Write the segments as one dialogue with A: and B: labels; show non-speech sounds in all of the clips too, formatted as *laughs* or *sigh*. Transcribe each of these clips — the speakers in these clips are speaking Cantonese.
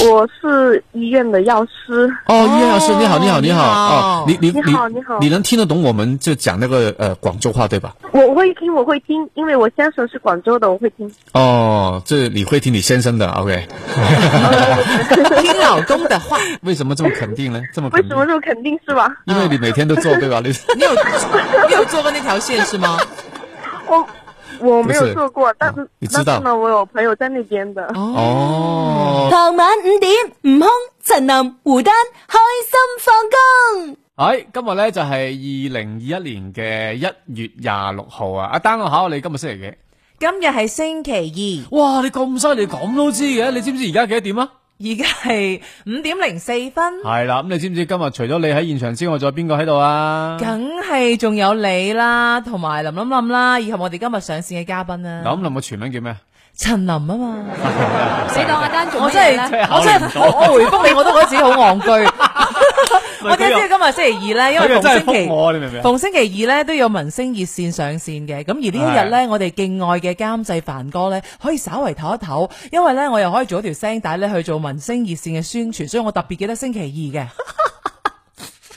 A: 我是医院的药师。
B: 哦，叶老师，你好，你好，
C: 你
B: 你好，
C: 好
B: 哦，你你
A: 你好你好
B: 你能听得懂我们就讲那个呃广州话对吧？
A: 我会听，我会听，因为我先生是广州的，我会听。
B: 哦，这你会听你先生的，OK？ *laughs*
C: 听老公的 *laughs* 话，
B: 为什么这么肯定呢？这么
A: 为什
B: 肯定
A: 么？这么肯定是吧？
B: 因为你每天都做对吧？你
C: *laughs* 你有你有做过那条线是吗？
A: 我我没
B: 不
A: 有
B: 是啊
A: 做过，但是
B: 你知
A: 但
B: 道
A: 是呢，我有朋友在那边的。
B: 哦，
D: 傍晚五點，悟空、陳林、胡丹開心放工。
B: 喺哎今日咧就係二零二一年嘅一月廿六號啊！阿丹我考下你今日星期幾？
C: 今日係星期
B: 哇！你咁犀利，咁都知嘅，你知唔知而家幾多點啊？
C: 二，而家係五點零四分，
B: 係啦，咁你知唔知今日除咗你喺現場之外，仲有邊個喺度啊？
C: 梗係仲有你啦，同埋林林林啦，以及我哋今日上線嘅嘉賓啦，
B: 諗諗個全名叫咩？
C: 陳林啊嘛。
E: 你當阿丹做
B: 啊
C: 我
E: 乜
C: 真
E: 嘢
C: 係
E: 咧？
C: 我真係我我回覆你我都覺得自己好戇
B: *laughs*
C: 居。 *laughs* 我點知今日星期二咧？因
B: 佢
C: 為逢
B: 哎真係
C: 星期
B: 覆我，你明唔明啊？
C: 逢星期二咧都有民星熱線上線嘅，咁而呢一日咧，我哋敬愛嘅監製凡哥咧可以稍為唞一唞，因為咧我又可以做一條聲帶咧去做民星熱線嘅宣傳，所以我特別記得星期二嘅， *laughs*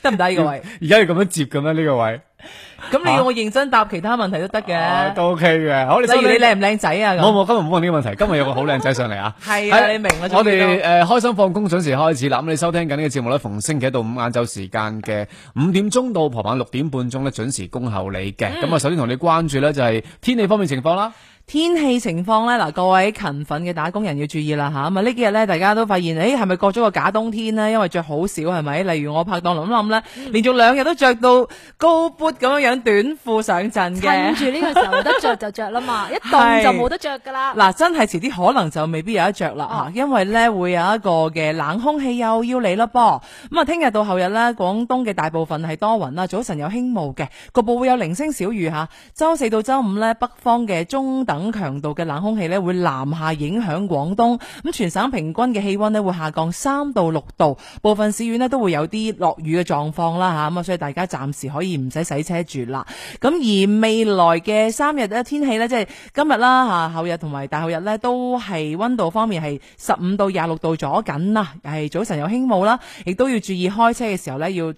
C: 得唔得啊呢個位？
B: 而家要咁樣接嘅咩？呢個位
C: 咁你要我認真答其他問題都得
B: 啊
C: 嘅，
B: 都 OK 嘅。好，你
C: 例如你
B: 收
C: 靚唔靚仔啊？
B: 我冇
C: 咁
B: 今日唔好問呢個問題，今日有個好靚仔上嚟啊！
C: 係啊你明啦終於都
B: 我哋誒開心放工準時開始啦。咁你收聽緊呢個節目咧，逢星期一到五晏晝時間嘅五點鐘到傍晚六點半鐘咧，準時恭候你嘅。
C: 嗯
B: 咁啊，首先同你關注咧就係天氣方面情況啦。
C: 天氣情況呢，嗱各位勤奮嘅打工人要注意啦吓，咁啊呢幾日呢，大家都發現，哎誒係咪過咗個假冬天呢？因為着好少係咪？例如我拍檔諗諗呢，連續兩日都着到高 boot 咁樣樣短褲上陣
E: 趁
C: 嘅。
E: 住呢個時候有得着就着啦嘛，一凍就冇得着噶啦。
C: 嗱，真係遲啲可能就未必有得着啦嚇，因為呢會有一個嘅冷空氣又要嚟啦噃。咁啊，聽日到後日呢，廣東嘅大部分係多雲啦，早晨有輕霧嘅，局部會有零星小雨嚇。周四到周五呢，北方嘅中等強度嘅冷空氣呢會南下影響廣東，咁全省平均嘅氣温呢會下降三到六度，部分市縣呢都會有啲落雨嘅狀況啦嚇，咁啊，所以大家暫時可以唔使洗車住啦。咁而未來嘅三日咧，天氣咧，即係今日啦嚇，後日同埋大後日咧，都係温度方面係十五到廿六度左緊啦，係早晨有輕霧啦，亦都要注意開車嘅時候咧，要誒睇、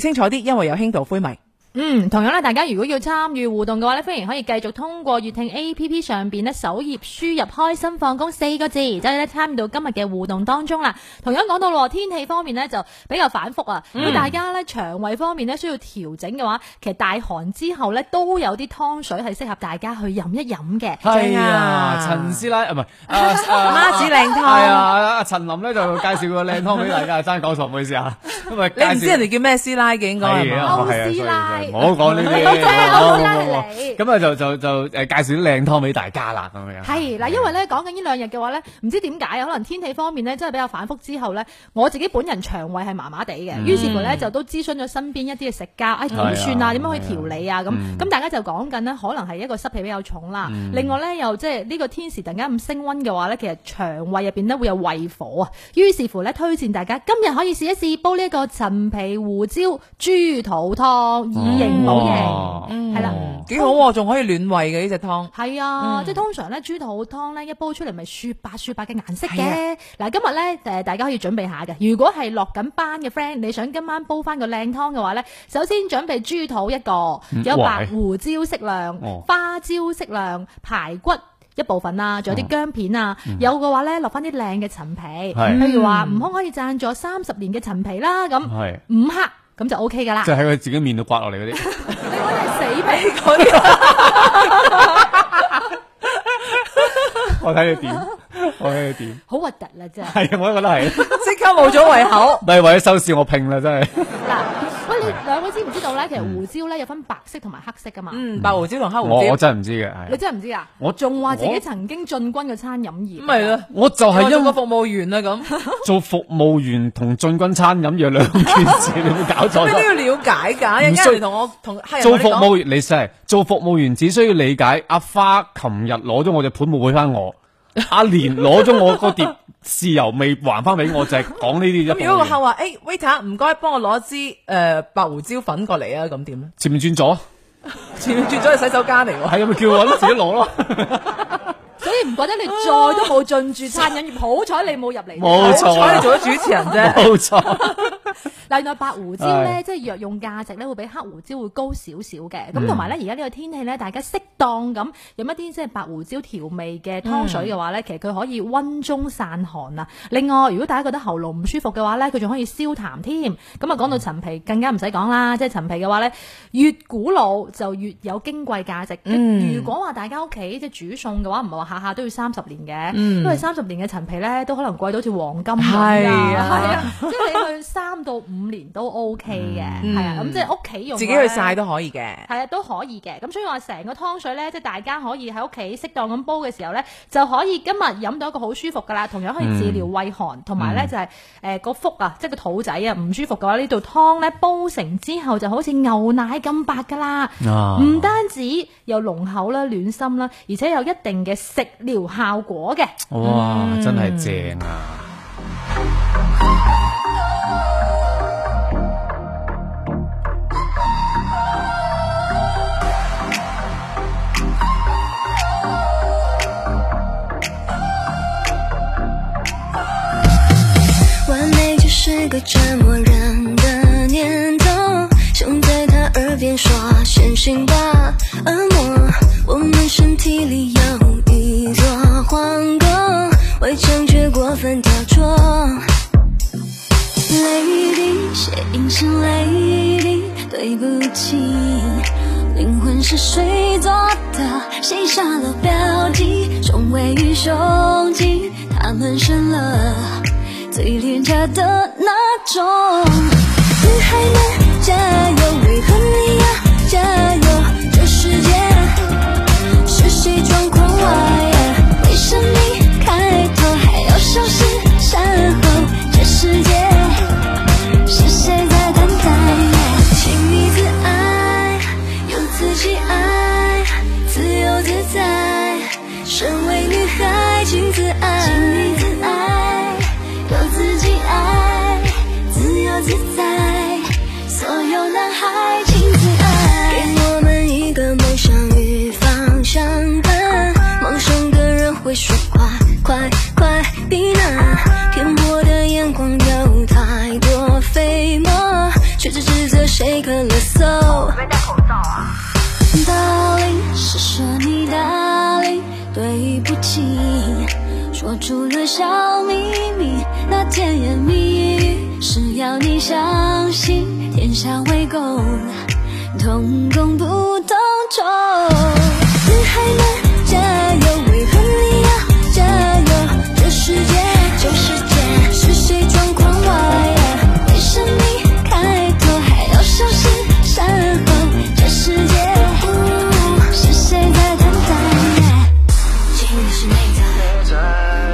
C: 清楚啲，因為有輕度灰霾。
E: 嗯，同樣咧，大家如果要參與互動嘅話咧，歡迎可以繼續通過粵聽 A P P 上邊咧首頁輸入開心放工四個字，就係咧參與到今日嘅互動當中啦。同樣講到咯，天氣方面呢，就比較反覆啊，咁、大家咧腸胃方面咧需要調整嘅話，其實大寒之後咧都有啲湯水係適合大家去飲一飲嘅。
B: 係
C: 正啊
B: 陳師奶啊，唔係啊
C: *laughs*
B: 啊
C: 媽子靚湯
B: 係啊，阿陳林咧就介紹個靚湯俾大家，爭講錯唔好意思啊，因為
C: 你唔知人哋叫咩師奶嘅應該係
B: 係
C: 嘛？
B: 啊，
E: 歐
B: 係啊
E: 師奶
B: 所以就唔好 *laughs*
E: *laughs*
B: 講呢啲，
E: 真係歐師奶
B: 唔好唔好唔好
E: 嚟
B: 咁啊就就就誒介紹啲靚湯俾大家啦，咁樣。
E: 係嗱，因為咧講緊呢兩日嘅話咧，唔知點解啊，可能天氣方面咧真係比較反覆之後咧，我自己本人腸胃係麻麻地嘅，於是乎咧就都諮詢咗身邊一啲嘅食家，誒點算
B: 嗯係啊嗯
E: 啊，點樣去調理啊咁，咁大家就講緊呢，可能係一個濕氣比較重啦，另外咧又即係呢個天時突然間咁升温嘅話咧，其實腸胃入邊咧會有胃火啊，於是乎咧推薦大家今日可以試一試煲呢一個陳皮胡椒豬肚湯，以形補
B: 哦
C: 嗯
E: 形，係啦。
C: 幾好喎、仲可以暖胃嘅呢只
B: *laughs*
C: 湯。
E: 係啊，
B: 嗯
E: 即係通常咧豬肚湯咧一煲出嚟咪雪白雪白嘅顏色
C: 係
B: 啊
E: 嘅。嗱，今日咧誒大家可以準備下嘅。如果係落緊班嘅 friend，你想今晚煲翻個靚湯嘅話咧，首先準備豬肚一個，有
B: 嗯哇
E: 白胡椒適量
B: 哦、
E: 花椒適量、排骨。一部分啦，仲有啲姜片啊，有嘅話咧落翻啲靚嘅陳皮，
B: 嗯係
E: 譬如話悟空可以贊助三十年嘅陳皮啦，咁
B: 係
E: 五克咁就 O K 噶啦
B: 嗯即。係喺佢自己面度刮落嚟嗰啲，
E: 你揾係死皮
B: 我睇你點，我睇你點。
E: 好核突啦真係。
B: 係，啊我都覺得係。
C: 即刻冇咗胃口。
B: *laughs* 咪為咗收視，我拼啦，真係。
E: 嗱，喂，你兩位知唔知道咧？其實胡椒咧有分白色同埋黑色噶嘛。
C: 嗯，白胡椒同黑胡
B: 我我
C: 椒。
B: 真係唔知嘅，
E: 你
B: 係。
E: 真係唔知啊？
B: 我
E: 仲話自
B: 我
E: 己曾經進軍嘅餐飲業。啊
C: 咁咪咯，
B: 我就係啊
C: 係
B: 因
C: 因
B: 為
C: 個服務員啦咁，
B: *laughs* 做服務員同進軍餐飲有兩件事，你有冇搞錯
C: 你都
B: 咗？
C: 要了解㗎。
B: 啊唔需
C: 一家人同我同客人
B: 做
C: 同
B: 服
C: 你講
B: 務員，你真係做服務員只需要理解阿花琴日攞咗我隻盤冇俾翻
C: *laughs*
B: 我，阿蓮攞咗我個碟 *laughs* 豉油未還翻俾我，就係講呢啲啫。
C: 咁如果個客話：，誒、waiter 唔該，幫我攞支誒、呃白胡椒粉過嚟啊，咁點咧？
B: 前面轉左，
C: 前轉咗去洗手間嚟喎。 *laughs*
B: 係咁咪叫我自己攞咯。
E: 所以唔怪得你再都冇進駐
B: *laughs*
E: 餐飲業，好彩你冇入嚟。
B: 冇錯
C: 彩你做咗主持人啫。
B: 冇錯。
E: 嗱，原來白胡椒咧，
B: 係
E: 即係藥用價值咧，會比黑胡椒會高少少嘅。
C: 嗯
E: 咁同埋咧，而家呢個天氣咧，大家適當咁飲一啲即係白胡椒調味嘅
C: 嗯
E: 湯水嘅話咧，其實佢可以温中散寒啊。另外，如果大家覺得喉嚨唔舒服嘅話咧，佢仲可以消痰添。咁啊，
C: 嗯
E: 講到陳皮更加唔使講啦，即係陳皮嘅話咧，越古老就越有矜貴價值。
C: 嗯
E: 如果話大家屋企即係煮餸嘅話，唔係話下下都要三十年嘅，
C: 嗯
E: 因為三十年嘅陳皮咧都可能貴到好似黃金咁
C: 係
E: 㗎
C: 啊
E: 係啊，即係你去三到五年都 OK 嘅，
C: 嗯
E: 係啊，咁即係屋企用
C: 自己去晒。都可以嘅。
E: 係啊，都可以嘅。咁所以話成個湯水咧，即係大家可以喺屋企適當咁煲嘅時候咧，就可以今日飲到一個好舒服噶啦。同樣可以治療胃寒，
C: 嗯
E: 同埋咧就係誒個腹啊，即係個肚仔啊唔舒服嘅話，呢度湯咧煲成之後就好似牛奶咁白噶啦。
B: 啊
E: 唔單止有濃厚啦、暖心啦，而且有一定嘅食療效果嘅。
B: 哇，
C: 嗯
B: 真係正啊！
F: 完美就是个折磨人的念头，想在他耳边说醒醒吧，恶魔。我们身体里有一座皇宫，外墙却过分雕琢。Lady，谐音是 Lady，对不起，灵魂是谁做的？谁下了标记？雄伟与雄鸡，他们生了最廉价的那种。女孩们加油，为何你要加油？这世界。是谁装狂妄呀？为什么开头还要消失善后？这世界是谁在等待呀？请你自爱，有自己爱，自由自在。身为女孩，请自爱，请你自爱，有自己爱，自由自在。所有男孩，请自爱。给我们一个梦想与方向感，陌生的人会说快快快避难，偏颇的眼光有太多飞沫，却只指责谁可勒搜。Darling，是说你 Darling，对不起，说出了小秘密，那甜言蜜语是要你相信，天下为公，同工不同酬。女孩们加油，为何你要加油？这世界，这世界是谁装狂妄呀？为什么开头还要消失善后？这世界，是谁在等待呀？情欲是内在，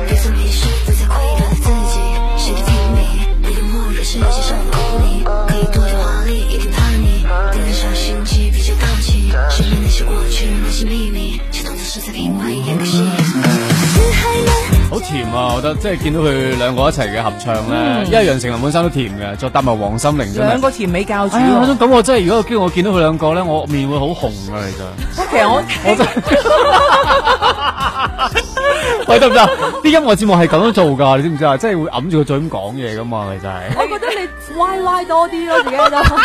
F: 别做迷失，别再亏待自己。谁的屏蔽，你的目也是街上的公理。可以多点华丽，一点叛逆，别跟小心机，别再荡气。失眠那些过去，那些秘密，谁懂得是在品味演个戏？女孩们。
B: 好甜啊！我覺得即係見到佢兩個一齊嘅合唱咧，因為楊丞琳本身都甜嘅，再搭埋黃心凌真
C: 嗯兩
B: 係。
C: 個甜美教主
B: 哎呀，
C: 喎
B: 嗰，種感覺真係，如果有機會我見到佢兩個咧，我面會好紅啊！其實，
C: 其實我我真
B: *laughs* 喂得唔得？啲音樂節目係咁樣做㗎，你知唔知啊？即係會揞住個嘴咁講嘢㗎嘛，其實係。
C: 哎
E: 我覺得你歪歪多啲咯，自己就。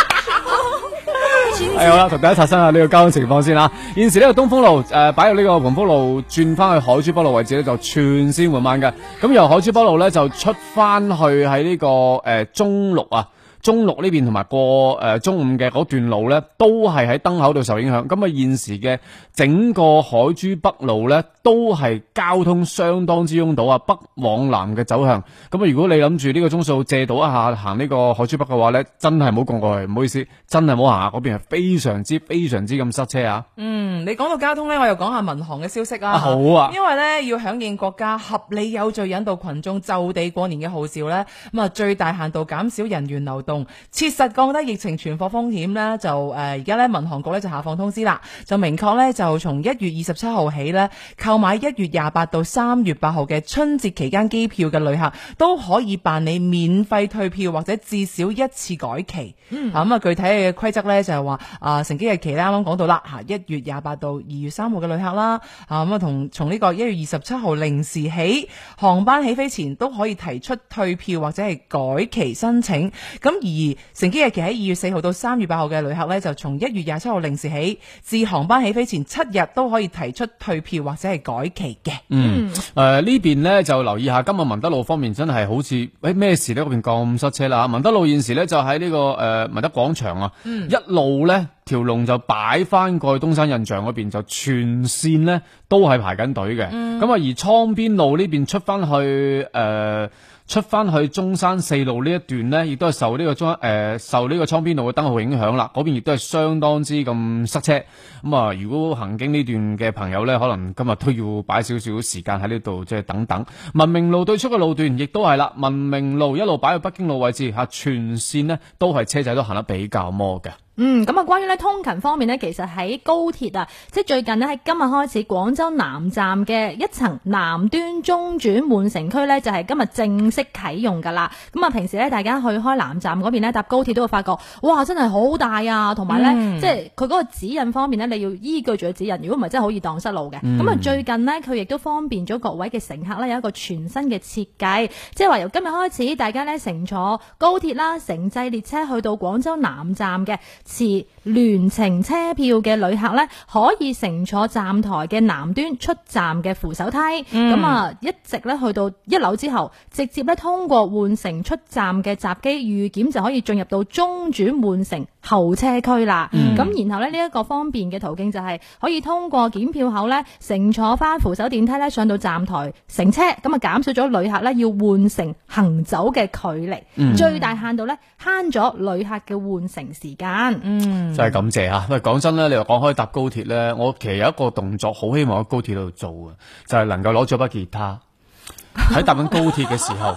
B: 系好啦，哎同大家刷新下呢個交通情況先啦。現時呢個東風路诶摆入呢個黃福路轉翻去海珠北路位置咧，就串線緩慢嘅。咁由海珠北路咧就出翻去喺呢、個个呃中六啊。中六呢邊同埋過誒中午嘅嗰段路咧，都係喺燈口度受影響。咁啊，現時嘅整個海珠北路咧，都係交通相當之擁堵啊，北往南嘅走向。咁啊，如果你諗住呢個鐘數借到一下行呢個海珠北嘅話咧，真係唔好過過去，唔好意思，真係唔好行啊！嗰邊係非常之非常之咁塞車啊！
C: 嗯，你講到交通呢，我又講下民航嘅消息啦。
B: 啊好啊
C: 因為呢，要響應國家合理有序引導群眾就地過年嘅號召呢，咁啊最大限度減少人員流動，切實降低疫情傳播風險呢。就誒而家呢，民航局呢就下放通知啦，就明確呢，就從一月二十七號起呢，購購買一月廿八到三月八號嘅春節期間機票嘅旅客，都可以辦理免費退票或者至少一次改期。啊咁啊，具體嘅規則咧就係話啊，乘機日期咧啱啱講到啦嚇，一月廿八到二月三號嘅旅客啦，啊咁啊同從呢個一月二十七號零時起，航班起飛前都可以提出退票或者係改期申請。咁而乘機日期喺二月四號到三月八號嘅旅客咧，就從一月廿七號零時起至航班起飛前七日都可以提出退票或者係改期嘅。
B: 嗯，誒、呢邊呢就留意下，今日文德路方面真係好似誒咩事呢？嗰邊咁塞車啦，文德路現時呢就喺呢、個誒、文德廣場啊，一路呢條龍就擺翻過去東山印象嗰邊，就全線呢都係排緊隊嘅。咁啊、而倉邊路呢邊出翻去誒。出翻去中山四路呢一段呢，亦都係受呢個中誒、呃受呢個倉邊路嘅燈號影響啦，嗰邊亦都係相當之咁塞車。咁啊，如果行經呢段嘅朋友呢，可能今日都要擺少少時間喺呢度，即係等等。文明路對出嘅路段亦都係啦，文明路一路擺去北京路位置嚇，全線呢都係車仔都行得比較摩嘅。
E: 嗯，咁啊，關於咧通勤方面呢，其實喺高鐵啊，即係最近呢，喺今日開始，廣州南站嘅一層南端中轉換乘區呢，就係、今日正式啟用㗎啦。咁啊，平時呢，大家去開南站嗰邊呢，搭高鐵都會發覺，哇，真係好大啊！同埋呢，即係佢嗰個指引方面呢，你要依據住個指引，如果唔係真係好易蕩失路嘅。咁啊、最近呢，佢亦都方便咗各位嘅乘客呢，有一個全新嘅設計，即係話由今日開始，大家呢，乘坐高鐵啦、城際列車去到廣州南站嘅。持聯程車票嘅旅客呢，可以乘坐站台嘅南端出站嘅扶手梯，咁啊、一直咧去到一樓之後，直接咧通過換乘出站嘅閘機預檢就可以進入到中轉換乘候車區啦。
C: 嗯
E: 咁、然後呢，呢、一個方便嘅途徑就係可以通過檢票口呢，乘坐翻扶手電梯呢，上到站台乘車，咁啊減少咗旅客呢要換乘行走嘅距離，
C: 嗯
E: 最大限度呢，慳咗旅客嘅換乘時間。
C: 嗯
B: 真係感謝嚇。喂，講真咧，你話講開搭高鐵咧，我其實有一個動作好希望喺高鐵度做嘅，就係、能夠攞咗把吉
C: *laughs*
B: 他喺搭緊高鐵嘅時候，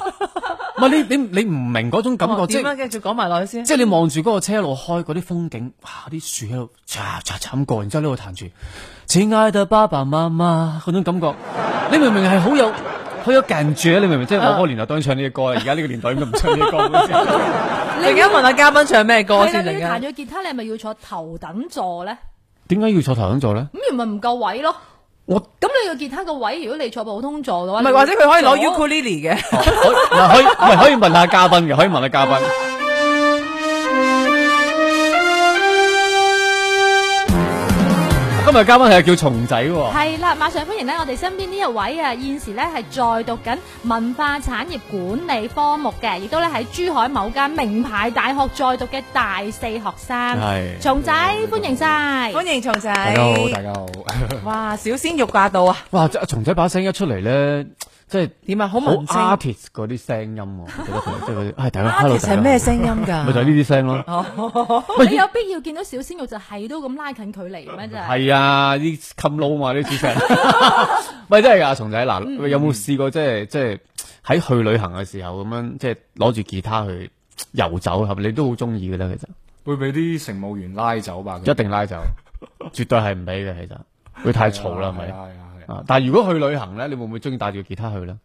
B: 唔係你你你唔明嗰種感覺，
C: 哦
B: 即
C: 點
B: 係
C: 啊？跟住講埋落去先。
B: 即係你望住嗰個車路開嗰啲風景，哇！啲樹喺度嚓嚓嚓咁過，然之後呢度彈住《親愛的爸爸媽媽》嗰種感覺，你明明係好有好有感覺，你明唔明？即係我嗰個年代當然唱呢啲歌啦，而家呢個年代應該唔唱呢啲歌啦。
C: 你而家問下嘉賓唱咩歌
E: 係啦，
C: 先？
E: 你
C: 陣
E: 要彈
C: 間
E: 咗吉他，你係咪要坐頭等座咧？
B: 點解要坐頭等座咧？
E: 咁咪唔夠位咯。
B: 我
E: 咁你個吉他個位，如果你坐普通座嘅話，
C: 唔係，或者佢可以攞
E: 你會左
C: ukulele 嘅。
B: 哦可嗱可以唔係可以問下嘉賓嘅，可以問下嘉賓。今日嘉賓係叫松仔喎。
E: 係啦，馬上歡迎呢，我哋身邊呢一位啊，現時呢係在讀緊文化產業管理科目嘅，亦都咧喺珠海某間名牌大學在讀嘅大四學生，
B: 係
E: 松仔歡迎晒。
C: 歡迎松仔。
B: 大家好，大家好。
C: 哇，小鮮肉駕到啊！
B: 哇！即係松仔把聲一出嚟咧，即係
C: 點啊？好
B: 好
C: 文青。
B: artist 嗰啲聲音喎，我覺得佢即係嗰啲，係大家 hello，
C: Artist
B: 大家
C: 係咩聲啊音㗎？哦
B: 咪就係呢啲聲咯。
E: 你有必要見到小鮮肉就係都咁拉近距離咩？真係。
B: 係啊，啲襟撈嘛，呢啲聲。喂，真係㗎，松仔嗱，有冇試過即係即係喺去旅行嘅時候咁樣，即係攞住吉他去遊走，係咪？你都好中意嘅咧，其
G: 會俾啲乘務員拉走吧？
B: 實一定拉走，絕對係唔俾嘅，其實會太嘈啦，係
G: 係
B: 咪？
G: 啊係啊係啊，
B: 啊！但係如果去旅行咧，你會唔會中意帶住吉他去咧？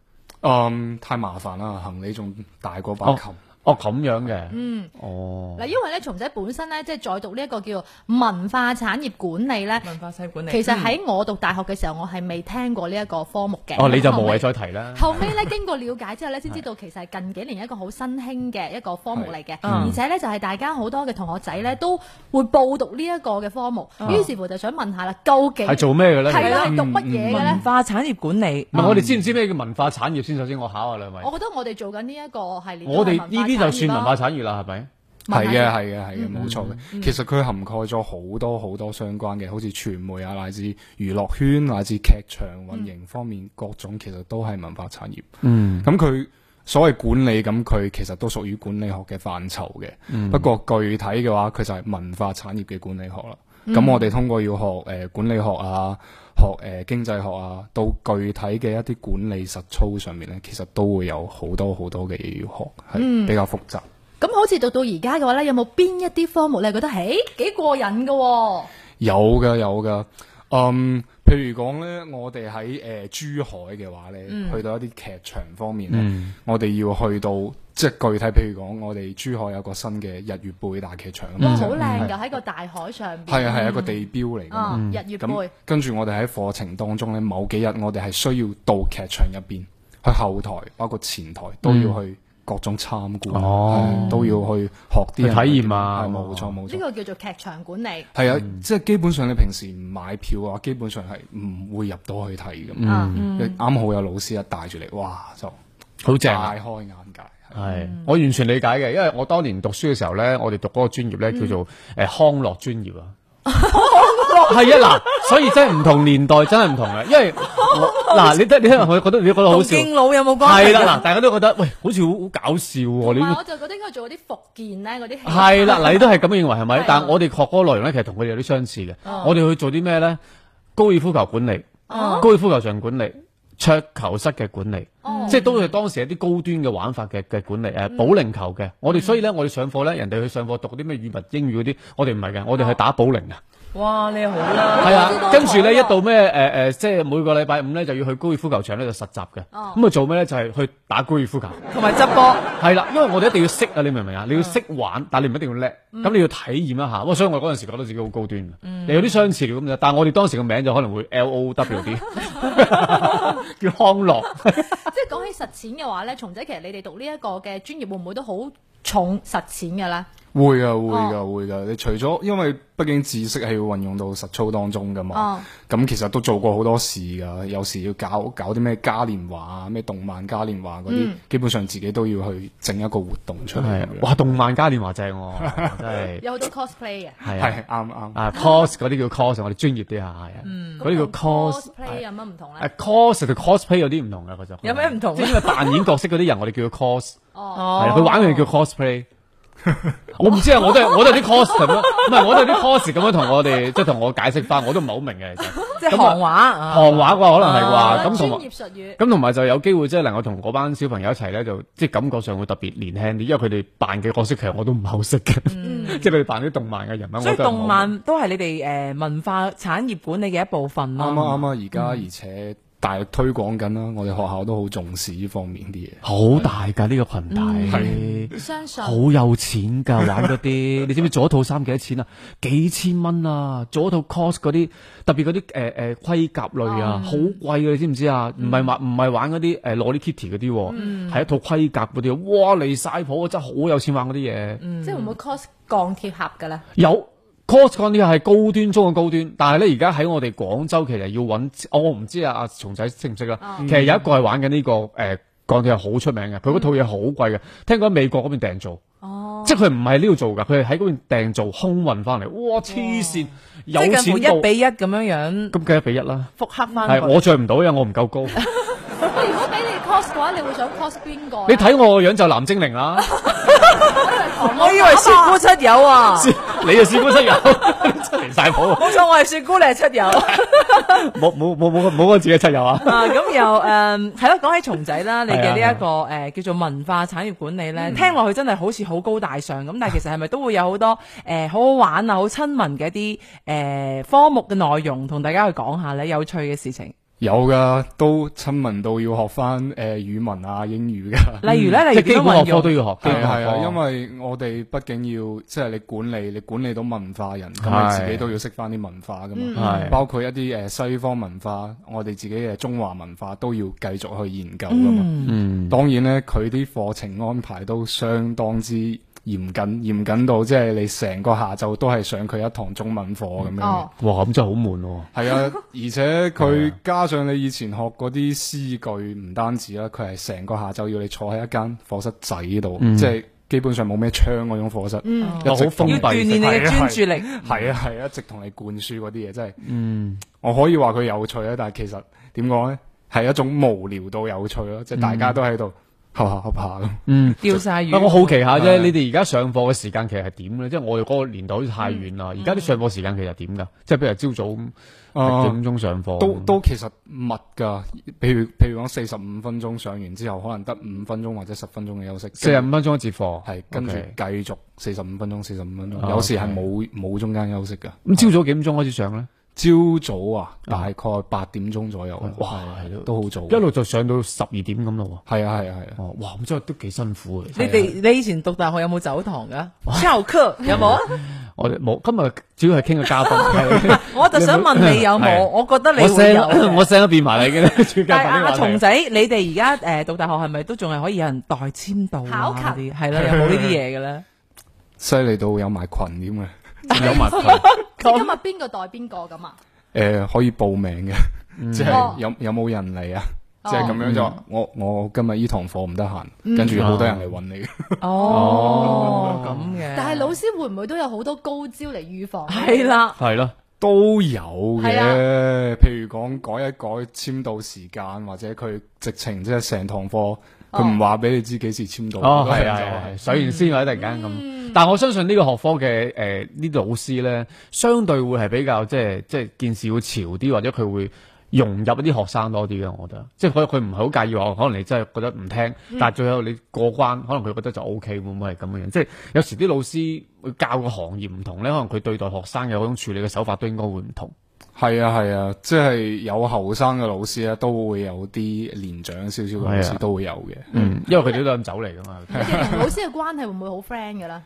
G: 嗯，太麻煩啦，行李仲大過把
B: 哦
G: 琴。
B: 哦，咁樣嘅，嗯，哦
E: 嗱，，因為咧，松仔本身咧，即係在讀呢一個叫文化產業管理咧，
C: 文化西管理。
E: 其實喺我讀大學嘅時候，我係未聽過呢一個科目嘅。
B: 哦，你就無
E: 後尾
B: 謂再提啦。
E: 後尾咧，經過了解之後咧，先知道其實係近幾年一個好新興嘅一個科目嚟嘅，
C: 嗯
E: 而且咧就係大家好多嘅同學仔咧都會報讀呢一個嘅科目，於是乎就想問下啦，究竟
B: 係做咩嘅咧？
E: 係啦，係
G: 嗯
E: 讀乜嘢嘅咧
C: 文？化產業管理
B: 唔。係我哋知唔知咩叫文化產業先？首先我考下兩位
E: 我，覺得我哋做緊呢一個系列，
B: 我哋呢啲就算文化產業啦，係咪？
G: 係嘅，係嘅，係嘅，冇錯嘅。其實佢涵蓋咗好多好多相關嘅，好似傳媒啊，乃至娛樂圈，乃至劇場運營方面各種，其實都係文化產業。
B: 嗯，
G: 咁佢所謂管理，咁佢其實都屬於管理學嘅範疇嘅。不過具體嘅話，佢就係文化產業嘅管理學啦。咁、我哋通過要學誒、呃管理學啊，學誒、呃、經濟學啊，到具體嘅一啲管理實操上面咧，其實都會有好多好多嘅嘢要學，係比較複雜。
E: 咁好似讀到而家嘅話咧，有冇邊一啲科目你係覺得誒幾過癮嘅喎？
G: 有嘅有嘅，嗯，譬譬如講咧，我哋喺誒珠海嘅話咧，
C: 嗯
G: 去到一啲劇場方面咧，
B: 嗯
G: 我哋要去到即係具體，譬如講，我哋珠海有個新嘅日月貝大劇場，
E: 哇，
G: 咁就啊
E: 好靚㗎，喺個大海上邊。
G: 係啊係啊一個地標嚟㗎嘛。
E: 啊，日月
G: 咁
E: 貝。
G: 跟住我哋喺課程當中咧，某幾日我哋係需要到劇場入邊去後台，包括前台都要去各種參觀，
B: 嗯哦
G: 係都要去學啲
B: 去
G: 人
B: 體驗啊
G: 係冇錯
E: 呢
G: 冇錯。
E: 個叫做劇場管理。
G: 係啊，
B: 嗯
G: 即係基本上你平時唔買票嘅話，基本上係唔會入到去睇咁。
E: 啊，
G: 啱好有老師一帶住你，哇就
B: 好嗯正啊
G: 大！開眼界。係
B: 系，我完全理解嘅，因為我當年讀書嘅時候咧，我哋讀嗰個專業咧叫做诶康樂專業啊。係啊，嗱，所以真係唔同年代真係唔同嘅，因為我嗱，你得你可能覺得你覺得好
C: 同
B: 笑，
C: 敬老有冇關係？
B: 係啦，嗱，大家都覺得喂，好似好好搞笑喎，
E: 同
B: 你
E: 埋我就覺得應該做嗰啲復健咧，嗰啲戲
B: 係
E: *laughs*
B: 啦，嗱，你都係咁認為係
E: 係
B: 咪
E: 啊？
B: 但係我哋學嗰個內容咧，其實同佢哋有啲相似嘅。我哋去做啲咩咧？高爾夫球管理、
E: 哦
B: 高爾夫球場管理、桌球室嘅管理。
E: 哦嗯
B: 即係都係當時一啲高端嘅玩法嘅嘅管理，誒、保齡球嘅，我哋所以咧，我哋上課咧，人哋去上課讀啲咩語文、英語嗰啲，我哋唔
E: 哦
B: 係嘅，我哋係打保齡啊，
C: 哇，你好啦，
B: 係
E: 多
B: 啊，跟住咧
E: 台
B: 一
E: 啊
B: 到咩誒誒，即係每個禮拜五咧就要去高爾夫球場咧就實習嘅，
E: 哦
B: 咁啊做咩咧就係、去打高爾夫球，
C: 同埋執波。
B: 係啦，因為我哋一定要識啊，你明唔明
C: 嗯
B: 啊？你要識玩，但你唔一定要叻，咁、你要體驗一下，哇！所以我嗰陣時覺得自己好高端嘅，啊
C: 嗯
B: 又有啲相似咁啫，但係我哋當時個名就可能會 L O W
C: *laughs*
B: 啲，叫康樂。
E: 即係講起實踐嘅話咧，松仔其實你哋讀呢一個嘅專業會唔會都好重實踐嘅咧？
G: 會啊會噶會噶，你除咗因為畢竟知識係要運用到實操當中噶嘛，咁、其實都做過好多事噶，有時要搞搞啲咩嘉年華啊、咩動漫嘉年華嗰啲，基本上自己都要去整一個活動出嚟
B: 係
G: 咁
B: 啊
G: 樣。
B: 哇！動漫嘉年華正喎，真
C: *laughs*
B: 係
E: 有好多 cosplay 嘅，
B: 係啊
G: 係啱啱。
B: 啊 cos 嗰啲叫 cos，我哋專業啲啊，係啊，
C: 嗯
B: 嗰啲叫 cos。啊
E: cosplay 有乜唔同
B: 誒
E: 咧？
B: cos 同 cosplay 有啲唔同嘅，我就覺得
C: 有咩唔同啊
B: 即係因為扮演角色嗰啲人，我哋叫佢 cos，
E: 哦，
B: 係啊
C: 哦
B: 啦佢玩嘅叫 cosplay。我唔知啊，我都係我都係啲 cos 咁樣，唔係我都係啲 cos 咁樣同我哋即係同我解釋翻，我都唔係好明嘅其實。
C: 即係
B: 咁啊
C: 行話啊，
B: 行話啩，可能係
E: 啊
B: 啩，咁
E: 專
B: 同埋
E: 業。術語。
B: 咁同埋就有機會即係能夠同嗰班小朋友一齊咧，就即係感覺上會特別年輕啲，因為佢哋扮嘅角色其實我都唔係好識嘅，
E: 嗯
B: *laughs* 即係佢哋扮啲動漫嘅人啊物，我
C: 所以
B: 都係唔好
C: 動漫都係你哋诶文化產業管理嘅一部分啦。
G: 啱啊啱啊！而家而且大力推廣緊啦，我哋學校都好重視呢方面啲嘢。
B: 好大㗎呢個
C: 嗯
B: 群體，
E: 相信
B: 好有錢 *laughs* 㗎玩嗰啲，你知唔知做一套衫幾多錢啊？幾千蚊啊！做一套 cos 嗰啲，特別嗰啲誒誒盔甲類啊，好貴嘅，你知唔知啊？唔係玩唔係玩嗰啲誒攞啲 kitty 嗰啲喎，係一套盔甲嗰啲，哇離晒譜啊！真係好有錢玩嗰啲嘢。
E: 嗯即係會唔會 cos 鋼鐵俠㗎咧？
B: *laughs* 有 coscon 呢個係高端中嘅高端，但係咧而家喺我哋廣州其實要揾，我我唔知啊，阿松仔識唔識啦？
C: 哦
B: 其實有一個係玩緊呢、個誒。呃鋼鐵係好出名嘅，佢嗰套嘢好貴嘅，聽講喺美國嗰邊訂做，
E: 哦，
B: 即係佢唔係呢度做㗎，佢係喺嗰邊訂做空運翻嚟，哇黐線，
C: 即
B: 有
C: 係近
B: 錢
C: 乎一
B: 到
C: 比一咁樣樣
B: 咁計一比一啦，
C: 復刻翻
B: 係我着唔到，因為我唔夠
C: *laughs*
B: 高，
E: 咁如果俾你 cos 嘅話，你會想 cos 邊個呢？啊
B: 你睇我個樣就藍精靈啦，
C: 我以為雪姑七
B: *laughs*
C: 友啊， *laughs*
B: 你就試官室友， *laughs* 真係離晒譜，
C: 冇錯，我係雪姑，你係七友。
B: 冇冇冇冇冇我自己出友啊！
C: *laughs* 啊，咁又誒係咯，講起松仔啦，你嘅呢
B: 係啊嗯
C: 一個誒叫做文化產業管理咧，聽落去真係好似好高大上咁，但係其實係咪都會有好多誒好好玩啊、好親民嘅一啲誒呃科目嘅內容，同大家去講下咧有趣嘅事情。
G: 有噶，都親民到要學翻誒、呃、語文啊、英語噶。
C: 例如咧，例
B: 嗯即
C: 如
B: 係基
C: 點樣
B: 本
C: 運
B: *laughs* 學科都
C: 用？
B: 要學，基
G: 係
B: 本
G: 啊係
B: 學科
G: 啊，因為我哋畢竟要即係你管理，你管理到文化人，咁
B: 係
G: 你自己都要識翻啲文化噶
E: 嗯
G: 嘛
B: 係，
G: 包括一啲誒呃西方文化，我哋自己嘅中華文化都要繼續去研究噶嘛。
B: 嗯。
G: 當然咧，佢啲課程安排都相當之嚴謹，嚴謹到即係你成個下晝都係上佢一堂中文課咁樣嘅
E: 哦。，
B: 哇，咁真係好悶喎！*laughs*
G: 係啊，而且
B: 啊
G: 佢加上你以前學嗰啲詩句，唔單止啦，佢係成個下晝要你坐喺一間課室仔度，
B: 嗯
G: 即係基本上冇咩窗嗰種課室，
E: 嗯
G: 一直
B: 哦好封
G: 同
C: 要
B: 閉
C: 鍛鍊啊你嘅專注力。
G: 係啊係啊，一直同你灌輸嗰啲嘢，真係，嗯，我可以話佢有趣啊，但係其實點講咧，係一種無聊到有趣咯，即係大家都喺度合下
B: *laughs*
G: 合下咁。
B: 嗯，
C: 釣晒魚。
B: 我好奇下啫，
G: 係
B: 你哋而家上課嘅時間其實係點嘅咧？即係我哋嗰個年代好似太遠啦，
C: 嗯
B: 而家啲上課時間其實點㗎？即係譬如朝早
G: 啊
B: 咁幾點鐘上課，
G: 都都其實密㗎，譬如譬如講四十五分鐘上完之後，可能得五分鐘或者十分鐘嘅休息。
B: 四十五分鐘一節課，
G: 系跟住
B: OK
G: 繼續四十五分鐘、四十五分鐘，
B: 啊
G: 有時係
B: OK 嗯
G: 冇冇中間休息噶。
B: 咁朝早幾點鐘開始上咧？
G: 朝早啊，大概八點鐘左右啊，
B: 嗯哇
G: 係啊
B: 係咯
G: 都好早，
B: 一路就上到十二點咁咯
G: 係啊係啊係啊
B: 喎。，哦，哇，咁真係都幾辛苦
C: 你
B: 嘅。
C: 哋你以前讀大學有冇走堂
B: *laughs*
C: 噶？教课有冇啊？
B: 我哋冇今日主要係傾個嘉賓，
C: 我就想問你有冇？
B: 係啊
C: 我覺 *laughs* 得你
B: 我
C: 會
B: 聲
C: 有嘅。
B: 我聲都變埋啦已經。
C: *laughs*
B: 主
C: 但係
B: 嘉賓
C: 阿阿
B: 呢個話題
C: 松仔，你哋而家誒讀大學係咪都仲係可以有人代簽到
E: 考
C: 啊？嗰
E: 勤
C: 啲係啦，有冇
B: *laughs*
C: 呢啲嘢嘅咧？
G: 犀利到有埋群添啊嘅，
B: 有埋群
E: 今日邊個代邊個咁啊？
G: 誒可以報名嘅，
B: 嗯
G: 即
E: 哦
G: 係有有冇人嚟啊？
E: 哦嗯
G: 即係咁樣就我我今日呢堂課唔得閒，跟住好多人嚟
B: 嗯
G: 揾
B: 啊
G: 你嘅。
C: 哦，咁嘅。
E: 但係老師會唔會都有好多高招嚟預防？
C: 係，啦，
B: 係咯，
G: 都有
E: 係啊
G: 嘅，譬如講改一改簽到時間，或者佢直情即係成堂課，
E: 哦
G: 佢唔話俾你知幾時簽到。
B: 哦
G: 咁
B: 係
G: 樣
B: 啊
G: 就
B: 係啊，上完先或者突然間咁。但我相信呢個學科嘅誒呢啲老師咧，相對會係比較即係即係件事會潮啲，或者佢會。融入一啲學生多啲嘅，我覺得，即係佢佢唔係好介意話，可能你真係覺得唔聽，但係最後你過關，可能佢覺得就 O K，會唔會係咁嘅樣？即係有時啲老師會教嘅行業唔同咧，可能佢對待學生嘅嗰種處理嘅手法都應該會唔同。
G: 係啊係啊，即係有後生嘅老師咧，都會有啲年長少少嘅老
B: 係啊
G: 師都會有嘅。
B: 嗯，因為佢哋都係咁走嚟噶嘛。
E: 你哋同老師嘅關係會唔會好 friend 㗎啦？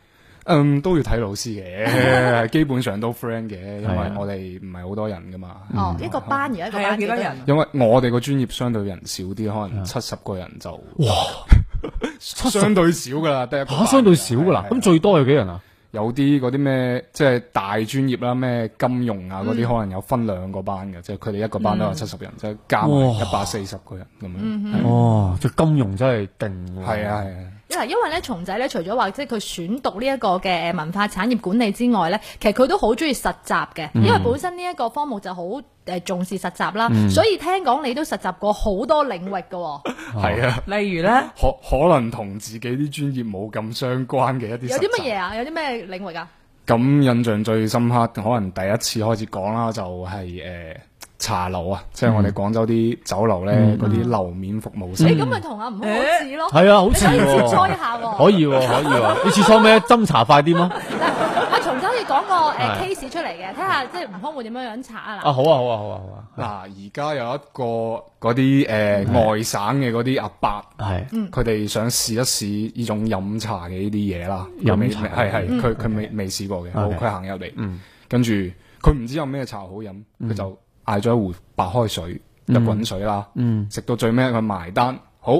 G: 嗯，都要睇老
B: *laughs*
G: 師嘅，基本上都 friend 嘅，因
B: 係啊嗯
G: 為我哋唔係好多人噶嘛。
E: 哦，一個班而家一個
C: 係啊，
E: 班
C: 幾多人？？
G: 因為我哋個專業相對人少啲，可
B: 啊
G: 能七十個人就哇， *laughs* 相對少噶啦，得一個
B: 嚇、
G: 班
B: 相對少噶啦
G: 係啊，
B: 咁最多有幾人啊？
G: 有啲嗰啲咩即係大專業啦，咩金融啊嗰
B: 嗯
G: 啲，可能有分兩個班嘅，即係佢哋一個班都有七十人，即係加埋
B: 哇
G: 一百四十個人咁樣。
B: 哦，即係金融真係勁喎。
G: 係啊係啊，
E: 因為因為咧，松仔咧，除咗話即係佢選讀呢一個嘅文化產業管理之外咧，其實佢都好中意實習嘅，
G: 嗯
E: 因為本身呢一個科目就好誒重視實習啦，
G: 嗯
E: 所以聽講你都實習過好多領域嘅喎，
G: 係啊，
C: 例如咧， *laughs*
G: 可可能同自己啲專業冇咁相關嘅一啲
E: 有
G: 實
E: 啲
G: 習
E: 乜嘢啊？有啲咩領域啊？
G: 咁印象最深刻，可能第一次開始講啦，就係、呃茶樓啊，即係我哋廣州啲酒樓咧，嗰啲樓面服務
E: 你
G: 生意。
E: 咁啊咪同阿吳空好似咯，
B: 係啊，好似
E: 哦你可以切磋
B: 喎
E: 一。下喎。
B: 可以喎，可以喎。你切磋咩？斟茶快啲咯。
E: 阿啊松仔可以講個誒
B: 係
E: case 出嚟嘅，睇下即係吳空會點樣樣查啊
G: 哦
B: 啊，好啊，好啊，好啊，好
G: 嗱，而家有一個嗰啲誒外省嘅嗰啲阿伯，
B: 啊。係，
G: 佢哋想試一試呢種飲茶嘅呢啲嘢啦。
B: 飲
G: 未
B: 茶嗯
G: 未係係，佢佢未未試過嘅。好，
B: OK 嗯
G: 佢行入嚟，跟住佢唔知有咩茶好飲，佢就嗌咗一壺白開水，就滾水啦。
B: 嗯，
G: 食到最尾佢埋單，好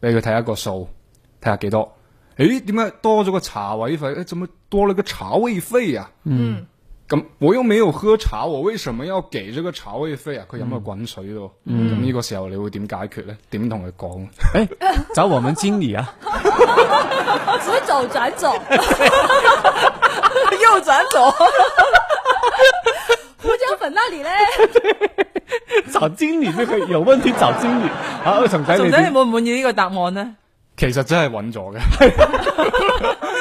G: 俾佢睇一個數，睇下幾多。誒點解多咗個茶位費？誒怎麼多了個茶位費啊？
E: 嗯，
G: 咁我又沒有喝茶，我為什麼要給這個茶位費啊？佢飲
B: 嗯
G: 咗滾水咯。咁呢個時候你會點解決咧？點同佢講？
B: 誒，找我們經理啊。
E: 啦？所以就轉 *laughs* 走。
C: 又轉咗，
E: 胡椒粉那
G: *laughs*
E: 裡咧，
B: *laughs* 找經理呢個有問題，找經理。啊，陳仔你
C: 松仔
B: 點
C: 你滿唔滿意呢個答案呢？
G: 其實真係揾咗嘅，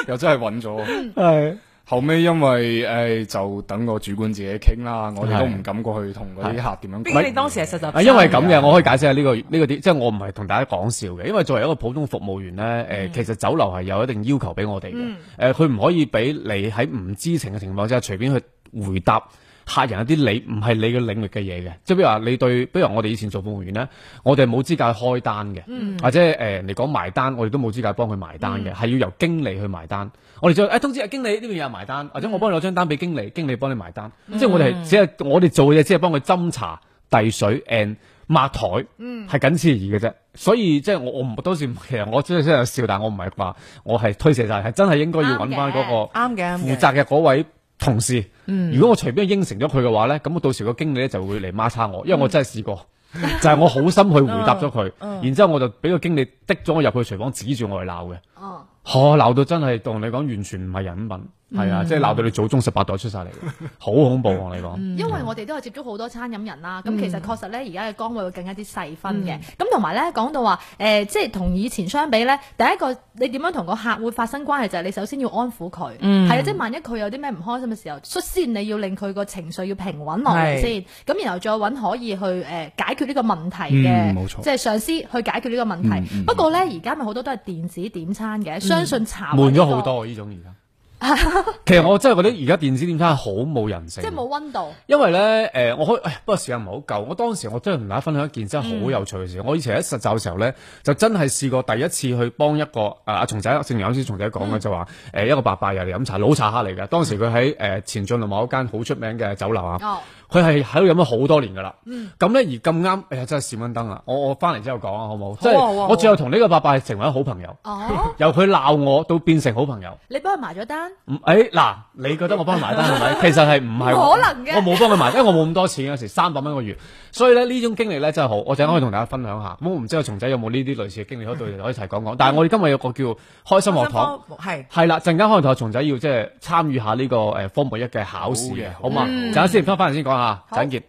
G: 又真係揾咗。
B: 係
G: 後尾因為誒、就等個主管自己傾啦，我哋都唔敢過去同嗰啲客點樣講。
C: 畢竟你當時係實習
B: 啊，
C: 生
B: 因為咁嘅，我可以解釋下呢個呢個啲，即係我唔係同大家講笑嘅，因為作為一個普通服務員咧，誒，其實酒樓係有一定要求俾我哋嘅，誒，佢唔可以俾你喺唔知情嘅情況之下隨便去回答。客人一啲你唔係你嘅領域嘅嘢嘅，即係比如話你對，比如話我哋以前做服務員咧，我哋冇資格去開單嘅，或者誒人哋講埋單，我哋都冇資格幫佢埋單嘅，係、要由經理去埋單。我哋就誒通知阿經理呢邊有人埋單，或者我幫你攞張單俾經理，經理幫你埋單。即係我哋係只係我哋做嘅嘢，只係幫佢斟茶、遞水 and 抹台，係、僅此而已嘅啫。所以即係我我唔當時其實我真係真係有笑，但我唔係話我係推卸晒，係真係應該要揾翻嗰個
C: 啱嘅，啱
B: 負
C: 嘅。
B: 責嘅嗰位同事，
E: 嗯
B: 如果我隨便應承咗佢嘅話咧，咁我到時個經理咧就會嚟孖叉我，因
E: 嗯
B: 為我真係試過， *laughs* 就係我好心去回答咗佢，然之後我就俾個經理滴咗我入去廚房指住我嚟鬧嘅，
E: 哦，
B: 我鬧到真係同你講完全唔係人品，係
E: 嗯
B: 啊，即係鬧到你祖宗十八代出晒嚟，
E: *laughs*
B: 好恐怖我同你講。
E: 因為我哋都有接觸好多餐飲人啦，咁其實確實咧，而家嘅崗位會更加之細分嘅。咁同埋咧，講到話誒，即係同以前相比咧，第一個你點樣同個客會發生關係，就係你首先要安撫佢，係啊，即係萬一佢有啲咩唔開心嘅時候，率先你要令佢個情緒要平穩落嚟
C: 係
E: 先，咁然後再揾可以去誒解決呢個問題
G: 嗯冇
E: 嘅，
G: 錯
E: 即係上司去解決呢個問題。不過咧，而家咪好多都係電子點餐嘅，相信茶
B: 悶
E: 呢
B: 咗
E: 個 *laughs*
B: 好多喎呢種而家，其實我真係覺得而家電子點餐係好冇人性，
E: 即係冇温度。
B: 因為咧，誒、我可以，唉不過時間唔係好夠。我當時我真係同大家分享一件真係
E: 嗯
B: 好有趣嘅事。我以前喺實習嘅時候咧，就真係試過第一次去幫一個啊阿松仔，正如啱先松仔講嘅
E: 嗯
B: 就話，誒、呃一個伯伯又嚟飲茶，老茶客嚟嘅。當時佢喺誒前進路某一間好出名嘅酒樓啊。
E: 哦，嗯
B: 佢係喺度飲咗好多年㗎啦。咁咧、而咁啱，哎呀真係閃蚊燈啦！我我翻嚟之後講啊，好唔好？即
E: 好啊好啊
B: 係我最後同呢個伯伯係成為咗好朋友，
E: 哦，
B: 由佢鬧我到變成好朋友。
E: 你幫佢埋咗單，
B: 唔，誒嗱，你覺得我幫佢埋單係 *laughs* 咪？其實係唔係我？
E: 唔可能嘅
B: 我冇幫佢埋，因為我冇咁多錢嗰時，三百蚊個月。所以咧呢種經歷咧真係好，我陣間可以同大家分享下。咁我唔知阿松仔有冇呢啲類似嘅經歷，可以對可以一齊講講。但係我哋今日有個叫開心學堂。
C: 系
B: 係啦，陣間可能同阿松仔嗯要即係參與下呢個誒科目一嘅考試嘅，好嘛？陣間先翻返嚟先講下，陣間見。